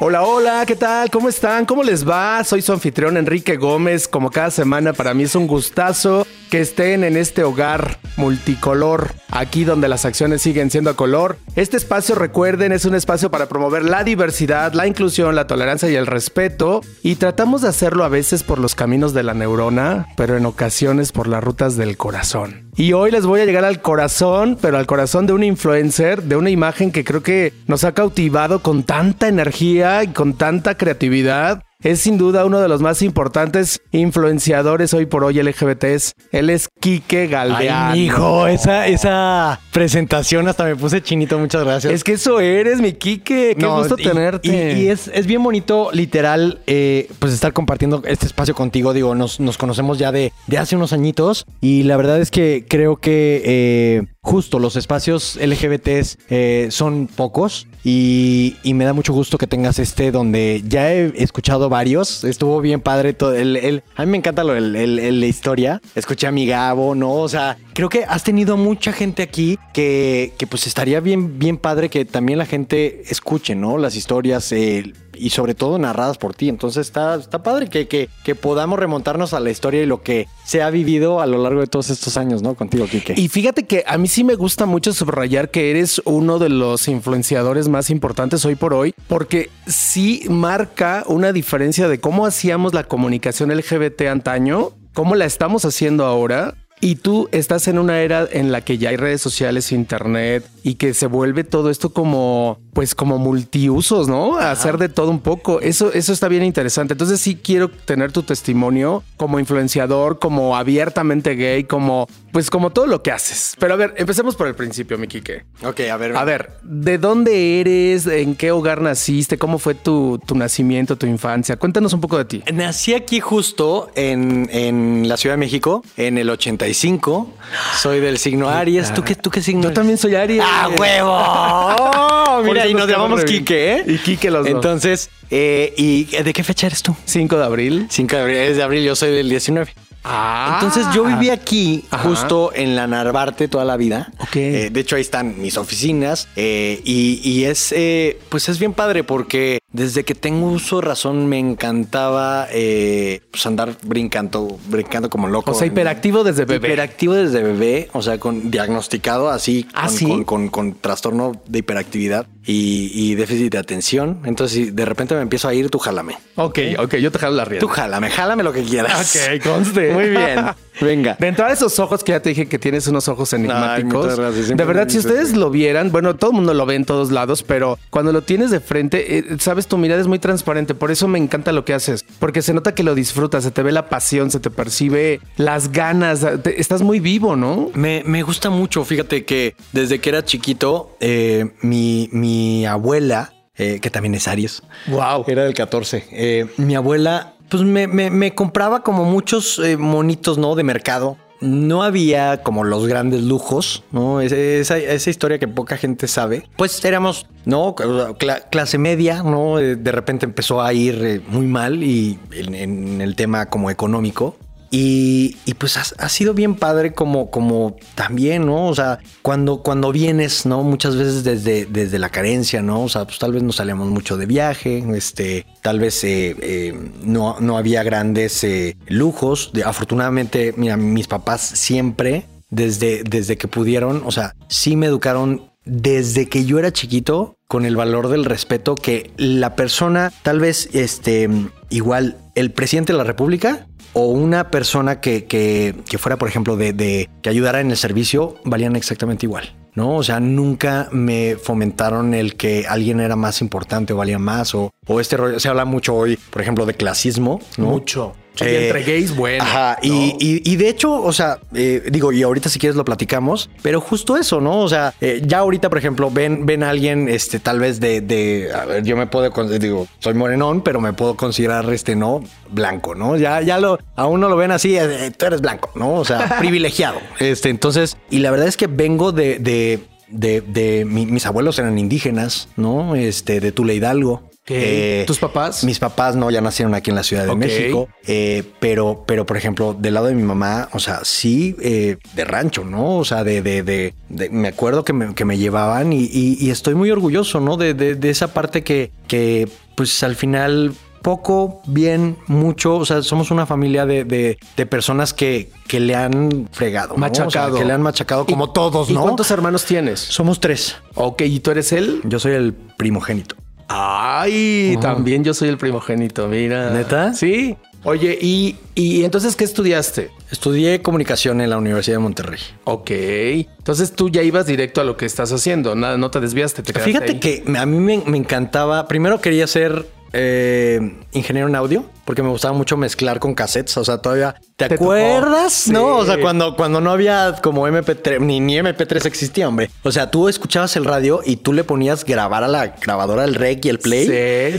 Hola, hola, ¿qué tal? ¿Cómo están? ¿Cómo les va? Soy su anfitrión Enrique Gómez. Como cada semana, para mí es un gustazo que estén en este hogar multicolor, aquí donde las acciones siguen siendo a color. Este espacio, recuerden, es un espacio para promover la diversidad, la inclusión, la tolerancia y el respeto. Y tratamos de hacerlo a veces por los caminos de la neurona, pero en ocasiones por las rutas del corazón. Y hoy les voy a llegar al corazón, pero al corazón de un influencer, de una imagen que creo que nos ha cautivado con tanta energía y con tanta creatividad. Es sin duda uno de los más importantes influenciadores hoy por hoy LGBTs. Él es Quique Galdeano. Ay, hijo, esa, esa presentación hasta me puse chinito, muchas gracias. Es que eso eres, mi Quique. Qué No, gusto y- tenerte. Y, y es, es bien bonito, literal, eh, pues estar compartiendo este espacio contigo. Digo, nos, nos conocemos ya de, de hace unos añitos y la verdad es que creo que eh, justo los espacios LGBTs eh, son pocos y, y me da mucho gusto que tengas este donde ya he escuchado varios. Estuvo bien padre todo. El, el- a mí me encanta lo, el, el- el- la historia. Escuché a mi Gabo, ¿no? O sea, creo que has tenido mucha gente aquí que, que pues estaría bien, bien padre que también la gente escuche, ¿no? Las historias eh, y sobre todo narradas por ti. Entonces está, está padre que, que, que podamos remontarnos a la historia y lo que se ha vivido a lo largo de todos estos años, ¿no? Contigo, Kike. Y fíjate que a mí sí me gusta mucho subrayar que eres uno de los influenciadores más importantes hoy por hoy, porque sí marca una diferencia de cómo hacíamos la comunicación LGBT antaño, cómo la estamos haciendo ahora. Y tú estás en una era en la que ya hay redes sociales, internet y que se vuelve todo esto como, pues como multiusos, ¿no? Hacer de todo un poco. Eso, eso está bien interesante. Entonces sí quiero tener tu testimonio como influenciador, como abiertamente gay, como, pues como todo lo que haces. Pero a ver, empecemos por el principio, mi Quique. Ok, a ver. A ver, ¿de dónde eres? ¿En qué hogar naciste? ¿Cómo fue tu, tu nacimiento, tu infancia? Cuéntanos un poco de ti. Nací aquí justo en, en la Ciudad de México, en el 85. Soy del signo Aries. ¿Tú qué, tú qué signo Yo eres? también soy Aries. ¡Ah, huevo! Por Mira, eso y nos llamamos quedamos re bien. Quique, ¿eh? Y Quique los dos. Entonces, eh, ¿y de qué fecha eres tú? 5 de abril. 5 de abril, es de abril, yo soy del 19. Ah. Entonces yo viví aquí Ajá. justo en la Narvarte toda la vida. Ok. Eh, de hecho ahí están mis oficinas eh, y, y es eh, pues es bien padre porque desde que tengo uso de razón me encantaba eh, pues andar brincando, brincando como loco. O sea, hiperactivo desde bebé. Hiperactivo desde bebé, o sea, con diagnosticado así, ¿Ah, con, sí? con, con- con trastorno de hiperactividad y, y déficit de atención. Entonces, si de repente me empiezo a ir, tú jálame. Ok, ok, yo te jalo la rienda. Tú jálame, jálame lo que quieras. Ok, conste. Muy bien. Venga. De entrada esos ojos que ya te dije que tienes unos ojos enigmáticos. muchas gracias, de siempre verdad, me si dices ustedes que- lo vieran, bueno, todo el mundo lo ve en todos lados, pero cuando lo tienes de frente, eh, sabes, tu mirada es muy transparente. Por eso me encanta lo que haces, porque se nota que lo disfrutas, se te ve la pasión, se te percibe las ganas, te- estás muy vivo, ¿no? Me, me gusta mucho, fíjate que desde que era chiquito, eh, mi, mi abuela, eh, que también es Aries, Wow. era del 14, eh, mi abuela, pues me, me- me compraba como muchos eh, monitos, ¿no? De mercado. No había como los grandes lujos, ¿no? Ese- Esa, esa historia que poca gente sabe. Pues éramos, ¿no? Cla- clase media, ¿no? Eh, De repente empezó a ir eh, muy mal y en- en el tema como económico. Y, y, pues ha, ha sido bien padre como, como también, ¿no? O sea, cuando, cuando vienes, ¿no? Muchas veces desde, desde la carencia, ¿no? O sea, pues tal vez no salíamos mucho de viaje, este, tal vez eh, eh, no, no había grandes eh, lujos. De- afortunadamente, mira, mis papás siempre, desde, desde que pudieron, o sea, sí me educaron desde que yo era chiquito con el valor del respeto que la persona, tal vez, este, igual el presidente de la República o una persona que, que- que fuera, por ejemplo, de, de- que ayudara en el servicio, valían exactamente igual. No, o sea, nunca me fomentaron el que alguien era más importante o valía más o, o este rollo. Se habla mucho hoy, por ejemplo, de clasismo, ¿no? Mucho. Sí, entre gays, bueno. Ajá, y, ¿no? y- y de hecho, o sea, eh, digo, y ahorita si quieres lo platicamos, pero justo eso, ¿no? O sea, eh, ya ahorita, por ejemplo, ven, ven a alguien, este, tal vez de, de, a ver, yo me puedo, con- digo, soy morenón, pero me puedo considerar, este, ¿no? Blanco, ¿no? Ya, ya lo, a uno lo ven así, eh, tú eres blanco, ¿no? O sea, privilegiado. Este, entonces, y la verdad es que vengo de, de, de, de- mi- mis abuelos eran indígenas, ¿no? Este, de Tula Hidalgo. Eh, ¿Tus papás? Mis papás no, ya nacieron aquí en la Ciudad de Ok. México. Eh, pero, pero, por ejemplo, del lado de mi mamá, o sea, sí, eh, de rancho, ¿no? O sea, de, de, de, de- me acuerdo que me, que me llevaban y, y- y estoy muy orgulloso, ¿no? De, de- de esa parte que, que, pues al final, poco, bien, mucho. O sea, somos una familia de, de- de personas que, que le han fregado. ¿no? O sea, Machacado. que le han machacado como ¿Y- todos, ¿Y ¿no? cuántos hermanos tienes? Somos tres. Ok, ¿y tú eres él? Yo soy el primogénito. Ay, también yo soy el primogénito, mira. ¿Neta? Sí. Oye, ¿y, y entonces qué estudiaste? Estudié comunicación en la Universidad de Monterrey. Ok. Entonces tú ya ibas directo a lo que estás haciendo. Nada, no te desviaste. Te quedaste Fíjate ahí. que me- a mí me, me encantaba. Primero quería ser eh, ingeniero en audio porque me gustaba mucho mezclar con cassettes. O sea, todavía te, Te tocó. acuerdas, no? Sí. O sea, cuando, cuando no había como MP3 ni, ni MP3 existía, hombre. O sea, tú escuchabas el radio y tú le ponías grabar a la grabadora el rec y el play.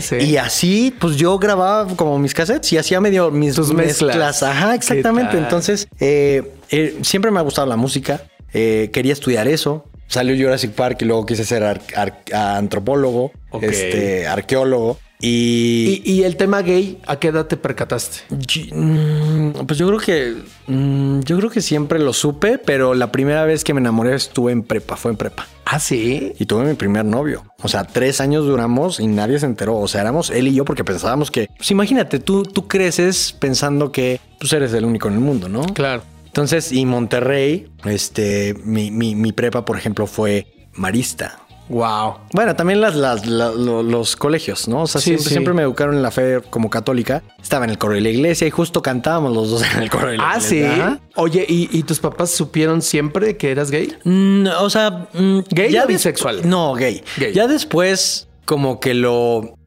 Sí, sí. Y así, pues yo grababa como mis cassettes y hacía medio mis Tus mezclas. Ajá, ¿Qué exactamente. tal? Entonces, eh, eh, siempre me ha gustado la música. eh, quería estudiar eso. Salió Jurassic Park y luego quise ser ar- ar- antropólogo, Ok. este, arqueólogo. Y, ¿Y, y el tema gay, ¿a qué edad te percataste? y- mm, pues yo creo que mm, yo creo que siempre lo supe, pero la primera vez que me enamoré estuve en prepa, fue en prepa. Ah, sí. Y tuve mi primer novio. O sea, tres años duramos y nadie se enteró. O sea, éramos él y yo porque pensábamos que... Pues imagínate, tú, tú creces pensando que tú eres el único en el mundo, ¿no? Claro. Entonces, y Monterrey, este, mi, mi, mi prepa, por ejemplo, fue marista. Wow. Bueno, también las, las- la- lo- los colegios, ¿no? O sea, Sí, siempre, sí. siempre me educaron en la fe como católica. Estaba en el coro de la iglesia y justo cantábamos los dos en el coro de la Ah, sí. iglesia. Ajá. Oye, ¿y, y tus papás supieron siempre que eras gay? Mm, o sea, mm, ¿Gay o des- bisexual? No, gay. Gay. Ya después, como que lo.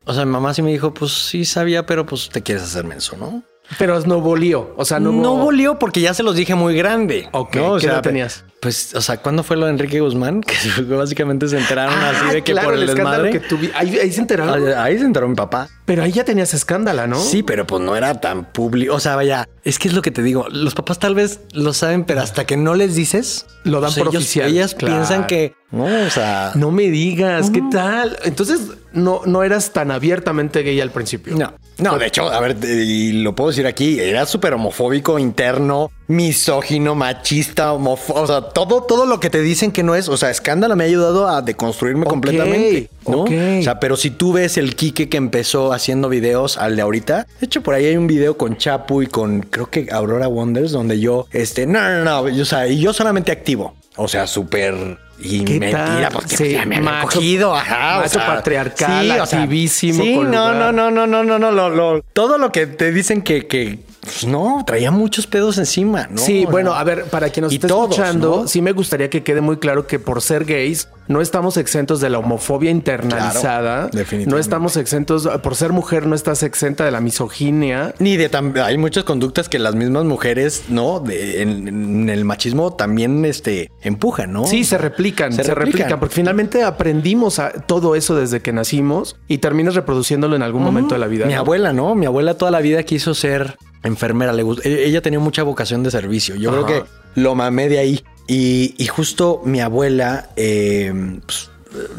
O sea, mi mamá sí me dijo, pues sí sabía, pero pues te quieres hacer menso, ¿no? Pero no volío. O sea, no, No, hubo- volvió porque ya se los dije muy grande. Ok, ¿no? ¿qué edad tenías? Pues, o sea, ¿cuándo fue lo de Enrique Guzmán? Que básicamente se enteraron Ah, así de que claro, por el, escándalo desmadre. que tuvi- Ahí, Ah, ahí se enteraron. Ahí- Ahí se enteró mi papá. Pero ahí ya tenías escándala, ¿no? Sí, pero pues no era tan público. O sea, vaya, es que es lo que te digo. Los papás tal vez lo saben, pero hasta que no les dices, Lo dan o sea, por Pues ellos- oficial, Ellas claro. piensan que no, o sea, No me digas, ¿qué tal? Entonces, no, no eras tan abiertamente gay al principio. No, no, de hecho, a ver, eh, y lo puedo decir aquí, era súper homofóbico, interno, misógino, machista, homofóbico, o sea, todo, todo lo que te dicen que no es, o sea, escándalo me ha ayudado a deconstruirme Ok, completamente, ¿no? ok. O sea, pero si tú ves el Quique que empezó haciendo videos al de ahorita, de hecho, por ahí hay un video con Chapu y con, creo que Aurora Wonders, donde yo, este, no, no, no, y, o sea, y yo solamente activo, o sea, súper... Y ¿Qué mentira, tal? porque Sí, ya me han macho- cogido, ajá. macho patriarcal, activísimo, Sí, con no, lugar. no, no, no, no, no, no, no, lo, lo- todo lo que te dicen que, que pues, no, traía muchos pedos encima, ¿no? sí, No. bueno, a ver, para quien nos Y esté todos, escuchando, ¿no? sí me gustaría que quede muy claro que por ser gays no estamos exentos de la homofobia internalizada. definitivamente. No estamos exentos, por ser mujer no estás exenta de la misoginia. Ni de tam- hay muchas conductas que las mismas mujeres, ¿no? De- en, en el machismo también este empujan, ¿no? Sí, se replican, se, Se replican. replican. porque finalmente aprendimos a todo eso desde que nacimos y terminas reproduciéndolo en algún momento de la vida. Mi ¿no? abuela, ¿no? Mi abuela toda la vida quiso ser enfermera. Le gust- e- Ella tenía mucha vocación de servicio. Yo Ajá. creo que lo mamé de ahí. Y, y justo mi abuela, eh, pues,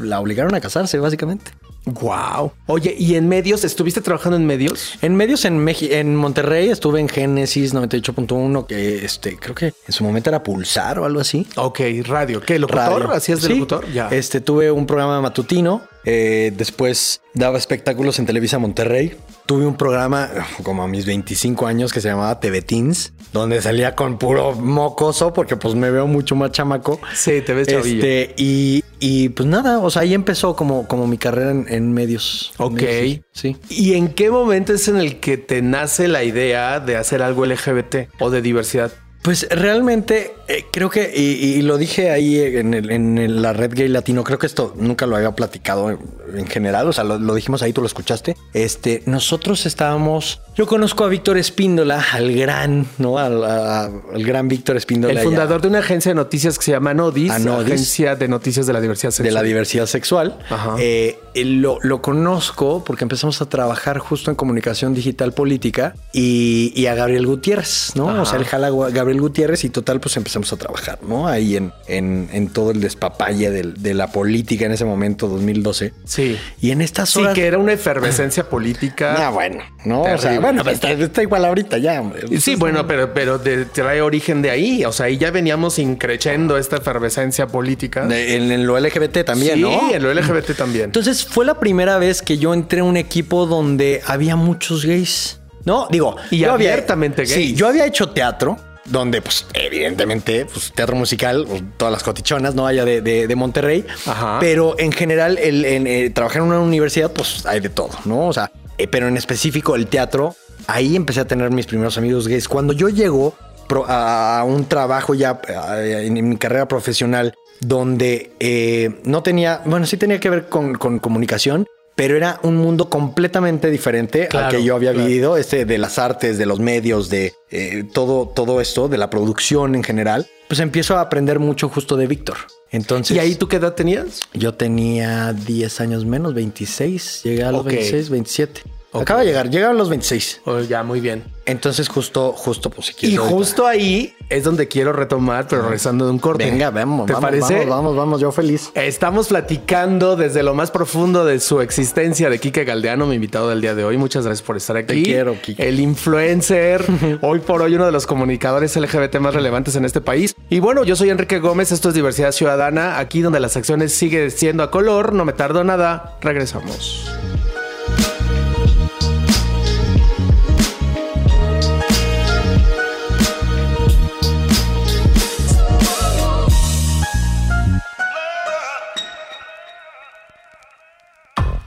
la obligaron a casarse, básicamente. Wow. Oye, ¿y en medios? ¿Estuviste trabajando en medios? En medios en Meji- en Monterrey estuve en Génesis 98.1, que este, creo que en su momento era Pulsar o algo así. Ok, radio. ¿Qué? ¿Locutor? Radio. ¿Hacías de Sí. locutor? Ya. Este, tuve un programa matutino. eh, después daba espectáculos en Televisa Monterrey. Tuve un programa como a mis 25 años que se llamaba TV Teens, donde salía con puro mocoso porque pues me veo mucho más chamaco. Sí, te ves chavillo. Este, y, y, pues nada, o sea, ahí empezó como, como mi carrera en, en medios. Ok. Medios, Sí. ¿Y en qué momento es en el que te nace la idea de hacer algo LGBT o de diversidad? Pues realmente Eh, creo que, y, y lo dije ahí en, el- en el- la red gay latino, creo que esto nunca lo había platicado en, en general, o sea, lo, lo dijimos ahí, tú lo escuchaste. Este, nosotros estábamos, yo conozco a Víctor Espíndola, al gran, ¿no? Al, a- al gran Víctor Espíndola. El ya fundador de una agencia de noticias que se llama Nodis, Anodis. Agencia de Noticias de la Diversidad de Sexual. la diversidad sexual. Ajá. Eh, eh, lo, lo conozco porque empezamos a trabajar justo en comunicación digital política y, y a Gabriel Gutiérrez, ¿no? Ajá. O sea, el jala a Gabriel Gutiérrez y total, pues empezamos a trabajar, ¿no? Ahí en, en, en todo el despapalle del- de, la política en ese momento, 2012. Sí. Y en estas Sí, horas... que era una efervescencia política. Ah, bueno, no, o sea, Terrible. bueno, pues, está, está igual ahorita ya. hombre. Sí, bueno, pero, pero de- trae origen de ahí. O sea, ahí ya veníamos increchendo esta efervescencia política. De- En, en lo LGBT también, sí, ¿no? en lo LGBT también. Entonces fue la primera vez que yo entré a un equipo donde había muchos gays. No, digo, Y yo había- abiertamente gays. Sí, yo había hecho teatro donde, pues, evidentemente, pues, teatro musical, pues, todas las cotichonas, ¿no? Allá de, de- de Monterrey. Ajá. Pero en general, el, en, eh, trabajar en una universidad, pues, hay de todo, ¿no? O sea, eh, pero en específico el teatro, ahí empecé a tener mis primeros amigos gays. Cuando yo llego pro- a, a un trabajo ya eh, en, en mi carrera profesional, donde eh, no tenía, bueno, sí tenía que ver con, con comunicación, pero era un mundo completamente diferente al Claro, que yo había claro. vivido sentido, este de las artes, de los medios, de eh, todo, todo esto, de la producción en general, pues empiezo a aprender mucho justo de Víctor. Entonces, ¿Y ahí tú qué edad tenías? yo tenía 10 años menos, 26, llegué a los Ok. 26, 27. Acaba de llegar, llegaba a los 26. Oh, ya, muy bien. Entonces, justo, justo, pues si Y quieres. ahorita- justo ahí es donde quiero retomar, pero regresando de un corte. Venga, vamos, ¿Te vamos, parece? vamos, vamos, vamos, yo feliz. Estamos platicando desde lo más profundo de su existencia de Quique Galdeano, mi invitado del día de hoy. Muchas gracias por estar aquí. quiero, Quique. El influencer, hoy por hoy uno de los comunicadores LGBT más relevantes en este país. Y bueno, yo soy Enrique Gómez, esto es Diversidad Ciudadana, aquí donde las acciones sigue siendo a color. No me tardo nada, regresamos.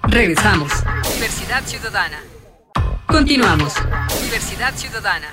Regresamos. Diversidad Ciudadana. Continuamos. Diversidad Ciudadana.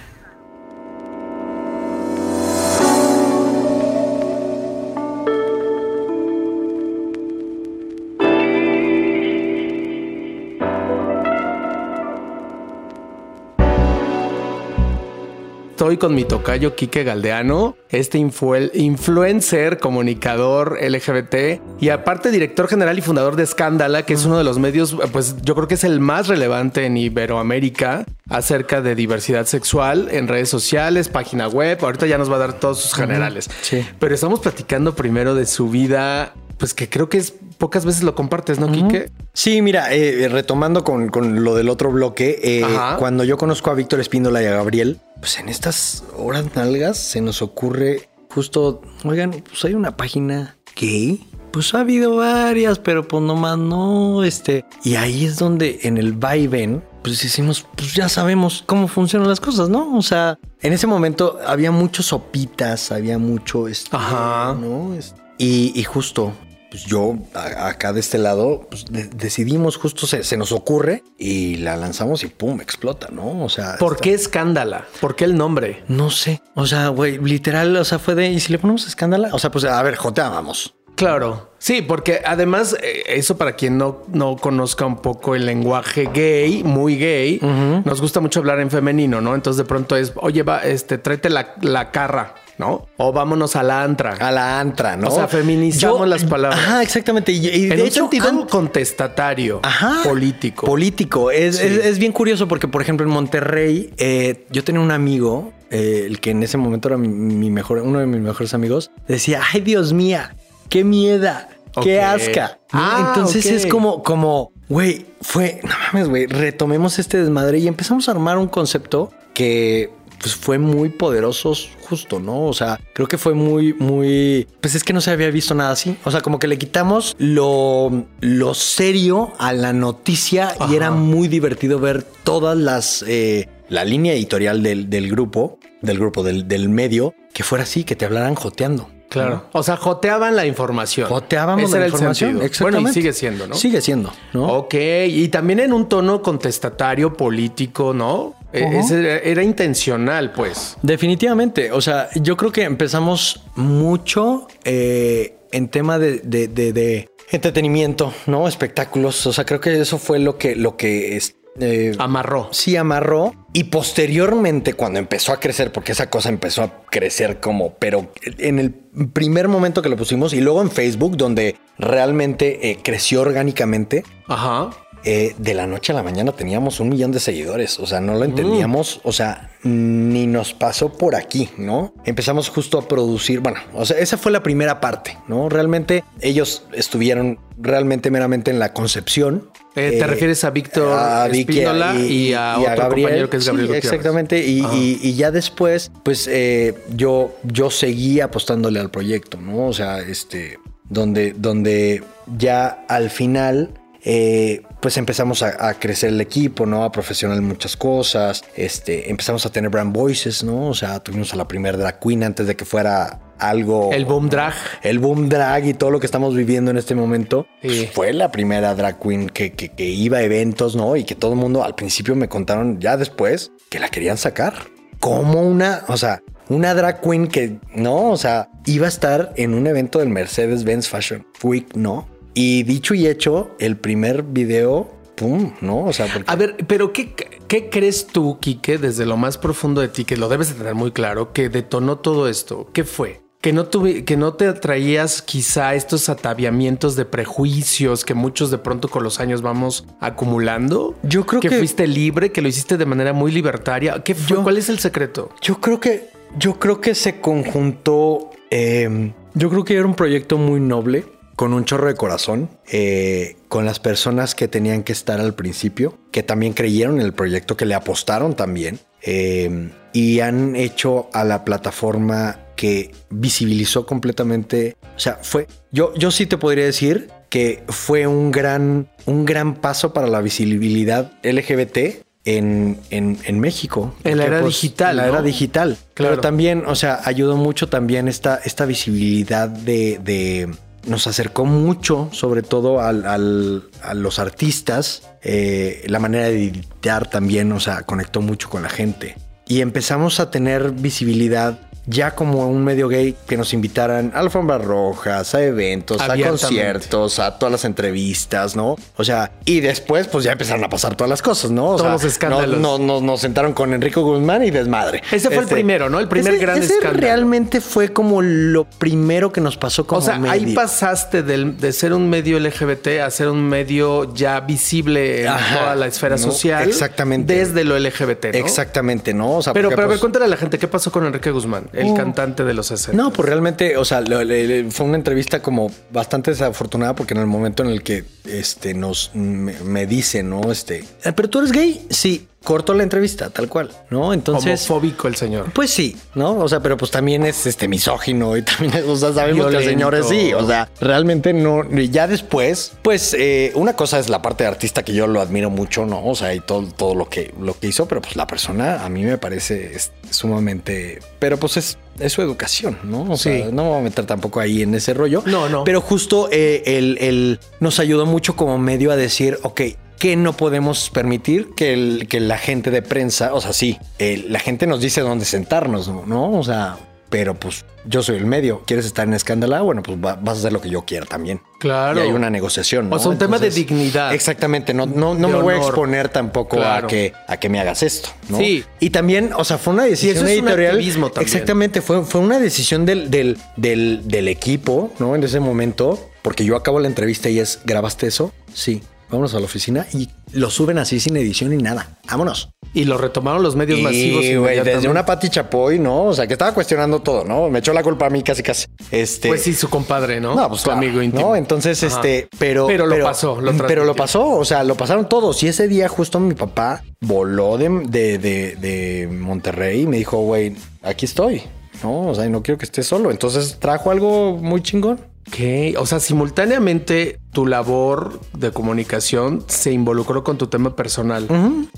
Estoy con mi tocayo Quique Galdeano, este infuel- influencer, comunicador LGBT y aparte director general y fundador de Escándala, que es uno de los medios, eh, pues yo creo que es el más relevante en Iberoamérica acerca de diversidad sexual en redes sociales, página web. Ahorita ya nos va a dar todos sus generales. Sí. Pero estamos platicando primero de su vida, pues que creo que es pocas veces lo compartes, ¿no, Quique? Sí, mira, eh, retomando con, con lo del otro bloque, eh, Ajá. cuando yo conozco a Víctor Espíndola y a Gabriel, pues en estas horas nalgas se nos ocurre justo, oigan, pues hay una página gay. Pues ha habido varias, pero pues nomás no, este. Y ahí es donde en el va y ven, pues decimos, pues ya sabemos cómo funcionan las cosas, ¿no? O sea, en ese momento había muchos sopitas, había mucho, este, Ajá. ¿no? Es- Y, y justo, pues yo a- acá de este lado, pues de- decidimos justo, se, se nos ocurre y la lanzamos y pum, explota, ¿no? O sea... ¿Por está- qué Escándala? ¿Por qué el nombre? No sé. O sea, güey, literal, o sea, fue de... ¿Y si le ponemos escándala? O sea, pues a ver, joteábamos. Claro, sí, porque además eh, eso para quien no, no conozca un poco el lenguaje gay, muy gay, nos gusta mucho hablar en femenino, ¿no? Entonces de pronto es, oye, va, este, tráete la, la carra, ¿no? O vámonos a la antra. A la antra, ¿no? O sea, feminizamos las palabras. Ajá, exactamente. Y, y de en un hecho, sentido an- contestatario, Ajá. político. Político. Es, es- es bien curioso porque, por ejemplo, en Monterrey, eh, yo tenía un amigo, eh, el que en ese momento era mi, mi mejor, uno de mis mejores amigos, decía, ay, Dios mía, qué mieda, Ok. qué asca. ¿no? Ah, Entonces ok. es como, como, güey, fue, no mames, güey, retomemos este desmadre y empezamos a armar un concepto que... Pues fue muy poderoso, justo, ¿no? O sea, creo que fue muy, muy. Pues es que no se había visto nada así. O sea, como que le quitamos lo, lo serio a la noticia y era muy divertido ver todas las eh, la línea editorial del, del grupo, del grupo del, del medio, que fuera así, que te hablaran joteando. Claro. O sea, joteaban la información. Joteábamos Ese la era el información. sentido. Exactamente. Bueno, y sigue siendo, ¿no? Oh. Sigue siendo, ¿no? Ok, y también en un tono contestatario político, ¿no? E- Ajá. ese era, era intencional, pues. Definitivamente. O sea, yo creo que empezamos mucho eh, en tema de, de- de- de entretenimiento, ¿no? Espectáculos. O sea, creo que eso fue lo que, lo que es- eh, Ah. Amarró. sí amarró. Y posteriormente, cuando empezó a crecer, porque esa cosa empezó a crecer como, pero en el primer momento que lo pusimos y luego en Facebook, donde realmente eh, creció orgánicamente, Ajá. eh, de la noche a la mañana teníamos un millón de seguidores. O sea, no lo Mm. entendíamos. O sea, ni nos pasó por aquí, ¿no? Empezamos justo a producir. Bueno, o sea, esa fue la primera parte, ¿no? Realmente ellos estuvieron realmente meramente en la concepción. Eh, ¿te refieres a Víctor Vicky Espíndola y a otro compañero que es Gabriel Gutiérrez? Exactamente. Y, Ajá. y- y ya después, pues eh, yo, yo seguí apostándole al proyecto, ¿no? O sea, este, donde, donde ya al final, eh, pues empezamos a, a crecer el equipo, ¿no? A profesional muchas cosas, este, empezamos a tener brand voices, ¿no? O sea, tuvimos a la primera drag queen antes de que fuera algo... El boom drag. El boom drag y todo lo que estamos viviendo en este momento. Sí. pues, fue la primera drag queen que, que- que iba a eventos, ¿no? Y que todo el mundo al principio me contaron ya después que la querían sacar. Como una, o sea, una drag queen que, no, o sea, iba a estar en un evento del Mercedes-Benz Fashion Week, ¿no? Y dicho y hecho, el primer video, pum, ¿no? O sea, porque... A ver, pero ¿qué, qué crees tú, Quique, desde lo más profundo de ti, que lo debes de tener muy claro, que detonó todo esto? ¿Qué fue? Que no, tuve, que no te atraías quizá estos ataviamientos de prejuicios que muchos de pronto con los años vamos acumulando. Yo creo que- fuiste libre, que lo hiciste de manera muy libertaria. ¿Qué fue? Yo- ¿Cuál es el secreto? Yo creo que, yo creo que se conjuntó. eh, yo creo que era un proyecto muy noble, con un chorro de corazón, eh, con las personas que tenían que estar al principio, que también creyeron en el proyecto, que le apostaron también, eh, y han hecho a la plataforma que visibilizó completamente. O sea, fue. Yo, yo sí te podría decir que fue un gran, un gran paso para la visibilidad LGBT. En, en- en México. En la Porque, era pues, digital, en la ¿no? era digital. Claro. Pero también, o sea, ayudó mucho también esta, esta visibilidad de, de- Nos acercó mucho, sobre todo al- al- a los artistas. eh, la manera de editar también, o sea, conectó mucho con la gente. Y empezamos a tener visibilidad ya como un medio gay que nos invitaran a alfombras rojas, a eventos, a Abiertamente. conciertos, a todas las entrevistas, ¿no? O sea, y después pues ya empezaron a pasar todas las cosas, ¿no? O Todos sea, los escándalos. no- no- nos, nos sentaron con Enrico Guzmán y desmadre. Ese fue el primero, ¿no? El primer ese- gran ese escándalo. realmente fue como lo primero que nos pasó o como sea, ahí medio. pasaste del- de ser un medio LGBT a ser un medio ya visible en Ajá, toda la esfera ¿no? social. Exactamente. Desde lo LGBT. ¿no? Exactamente, ¿no? O sea, Pero, porque, pero a ver, pues, cuéntale a la gente qué pasó con Enrique Guzmán, el cantante de los 60. No, pues realmente, o sea, lo- le- le- fue una entrevista como bastante desafortunada porque en el momento en el que este, nos me, me dice, ¿no? Este, "Eh, pero tú eres gay. Sí, cortó la entrevista, tal cual, ¿no? Entonces. homofóbico el señor. Pues sí, ¿no? O sea, pero pues también es este misógino y también, o sea, sabemos que el señor Violento. es sí, o sea, realmente no. y Ya después, pues eh, una cosa es la parte de artista que yo lo admiro mucho, ¿no? O sea, y todo, todo lo, que, lo que hizo, pero pues la persona a mí me parece es- sumamente. Pero pues es, es su educación, ¿no? O sea, Sí. no me voy a meter tampoco ahí en ese rollo. No, no. Pero justo eh, el, el- nos ayudó mucho como medio a decir, ok, que no podemos permitir que, el- que la gente de prensa, o sea, sí, eh, la gente nos dice dónde sentarnos, ¿no? O sea, pero pues yo soy el medio. ¿Quieres estar en escándala? Bueno, pues va- vas a hacer lo que yo quiera también. Claro. Y hay una negociación. ¿no? O sea, un tema de dignidad. Exactamente. No, no, De no me voy a honor. exponer tampoco Claro. a que a que me hagas esto. ¿no? Sí. Y también, o sea, fue una decisión es un editorial. activismo también. Exactamente. Exactamente, fue, fue una decisión del, del, del, del equipo, ¿no? En ese momento, porque yo acabo la entrevista y es, ¿grabaste eso? Sí, vámonos a la oficina y lo suben así sin edición ni nada. Vámonos. Y lo retomaron los medios Y, masivos. güey, inmediatamente. desde una Pati Chapoy, ¿no? O sea, que estaba cuestionando todo, ¿no? Me echó la culpa a mí casi casi. Este, Pues sí, su compadre, ¿no? no, pues su claro, amigo íntimo. No, entonces, Ajá. este, pero. mm, Pero lo pasó, lo Pero transmitió. lo pasó, o sea, lo pasaron todos. Y ese día, justo mi papá voló de, de, de- de Monterrey y me dijo, güey, aquí estoy. No, o sea, y no quiero que estés solo. Entonces trajo algo muy chingón. Ok, o sea, simultáneamente tu labor de comunicación se involucró con tu tema personal.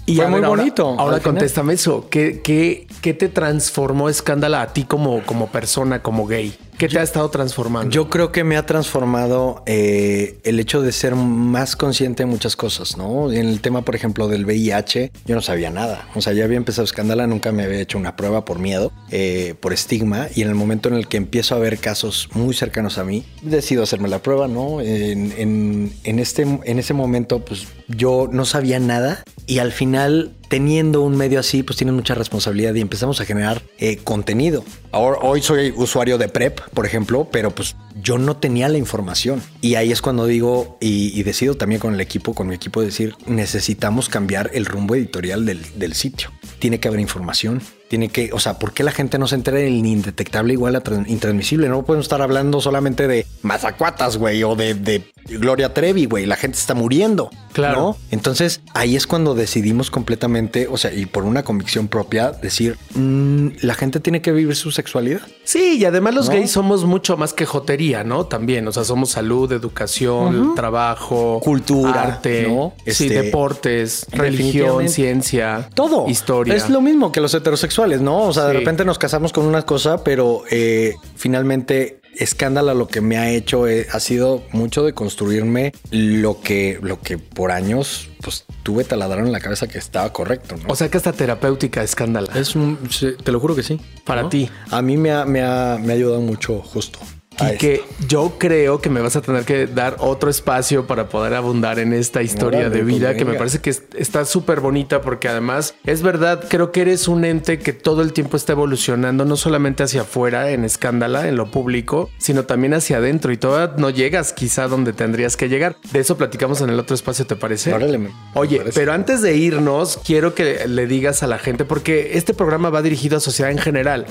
Y a fue muy ver, ahora- bonito. Ahora, al final. contéstame eso. ¿Qué, qué, qué te transformó escándala a ti como, como persona, como gay? ¿Qué te ha estado transformando? Yo creo que me ha transformado eh, el hecho de ser más consciente de muchas cosas, ¿no? En el tema, por ejemplo, del VIH, yo no sabía nada. O sea, ya había empezado Escándala, nunca me había hecho una prueba por miedo, eh, por estigma. Y en el momento en el que empiezo a ver casos muy cercanos a mí, decido hacerme la prueba, ¿no? En, en- en este, en ese momento, pues yo no sabía nada. Y al final teniendo un medio así, pues tienen mucha responsabilidad y empezamos a generar eh, contenido. Ahora, hoy soy usuario de PrEP, por ejemplo, pero pues yo no tenía la información. Y ahí es cuando digo y, y decido también con el equipo, con mi equipo, decir, necesitamos cambiar el rumbo editorial del, del sitio. Tiene que haber información. Tiene que, o sea, ¿por qué la gente no se entera del indetectable igual a trans- intransmisible? No podemos estar hablando solamente de mazacuatas, güey, o de, de Gloria Trevi, güey. La gente está muriendo. Claro. ¿no? Entonces ahí es cuando decidimos completamente, o sea, y por una convicción propia, decir, "Mm, la gente tiene que vivir su sexualidad. Sí, y además los ¿No? gays somos mucho más que jotería, ¿no? También, o sea, somos salud, educación, trabajo, Cultura, arte, ¿no? sí, Este, deportes, religión, definitivamente. ciencia, Todo. historia. Es lo mismo que los heterosexuales, ¿no? O sea, de Sí. repente nos casamos con una cosa, pero eh, finalmente escándalo lo que me ha hecho eh, ha sido mucho de construirme lo que, lo que por años pues tuve taladrado en la cabeza que estaba correcto, ¿no? O sea, que hasta terapéutica escándala. es un, sí, te lo juro que sí. Para ¿no? ti. A mí me ha, me ha- me ha ayudado mucho justo. a Y que esto. yo creo que me vas a tener que dar otro espacio para poder abundar en esta historia Órale, de pues vida que me venga. parece que es- está súper bonita porque además es verdad, creo que eres un ente que todo el tiempo está evolucionando, no solamente hacia afuera en escándala, en lo público, sino también hacia adentro y todavía no llegas quizá donde tendrías que llegar. De eso platicamos en el otro espacio, ¿te parece? Órale, me- me Oye, parece. pero antes de irnos, quiero que le digas a la gente, porque este programa va dirigido a sociedad en general.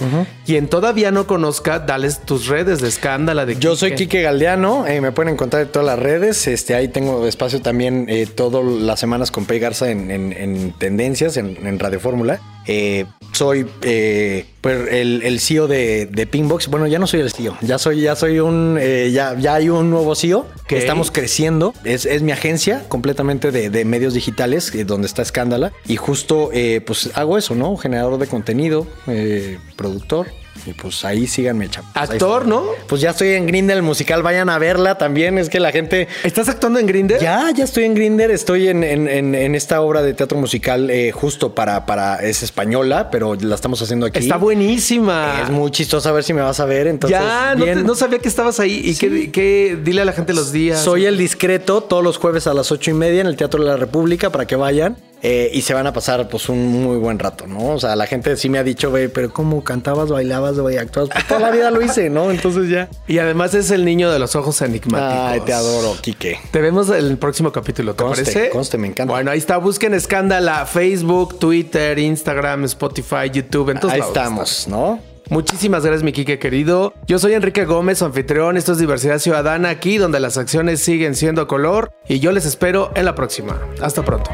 Quien todavía no conozca, dales tus redes de escándala, de Yo soy Quique Galdeano, eh, me pueden encontrar en todas las redes, este, ahí tengo espacio también eh, todas las semanas con Pei Garza en, en- en Tendencias, en, en Radio Fórmula. Eh, soy eh, pues, el, el CEO de, de Pinbox, bueno, ya no soy el CEO, ya soy, ya soy un, eh, ya, ya hay un nuevo CEO, que Ok. estamos creciendo, es, es mi agencia completamente de, de medios digitales, eh, donde está Escándala, y justo eh, pues hago eso, ¿no? Generador de contenido, eh, productor. Y pues ahí síganme, chavos. Ahí Actor, está. ¿no? Pues ya estoy en Grindr, el musical, vayan a verla también. Es que la gente. ¿Estás actuando en Grindr? Ya, ya estoy en Grinder, estoy en, en- en- en esta obra de teatro musical eh, justo para, para. Es española, pero la estamos haciendo aquí. Está buenísima. Es muy chistoso a ver si me vas a ver. Entonces, ya, no, te- bien. no sabía que estabas ahí. ¿Y qué, qué- Dile a la gente los días. Soy el discreto todos los jueves a las ocho y media en el Teatro de la República para que vayan eh, y se van a pasar pues un muy buen rato, ¿no? O sea, la gente sí me ha dicho, güey, pero ¿cómo cantabas, bailabas, güey, actuabas? Pues toda la vida lo hice, ¿no? Entonces ya. Y además es el niño de los ojos enigmáticos. Ay, te adoro, Quique. Te vemos en el próximo capítulo, ¿te Conste, parece? conste, me encanta. Bueno, ahí está. Busquen Escándala, Facebook, Twitter, Instagram, Spotify, YouTube. En todos Ahí lados estamos, ¿no? Muchísimas gracias, mi Quique querido. Yo soy Enrique Gómez, su anfitrión. Esto es Diversidad Ciudadana, aquí donde las acciones siguen siendo color. Y yo les espero en la próxima. Hasta pronto.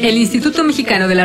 El Instituto Mexicano de la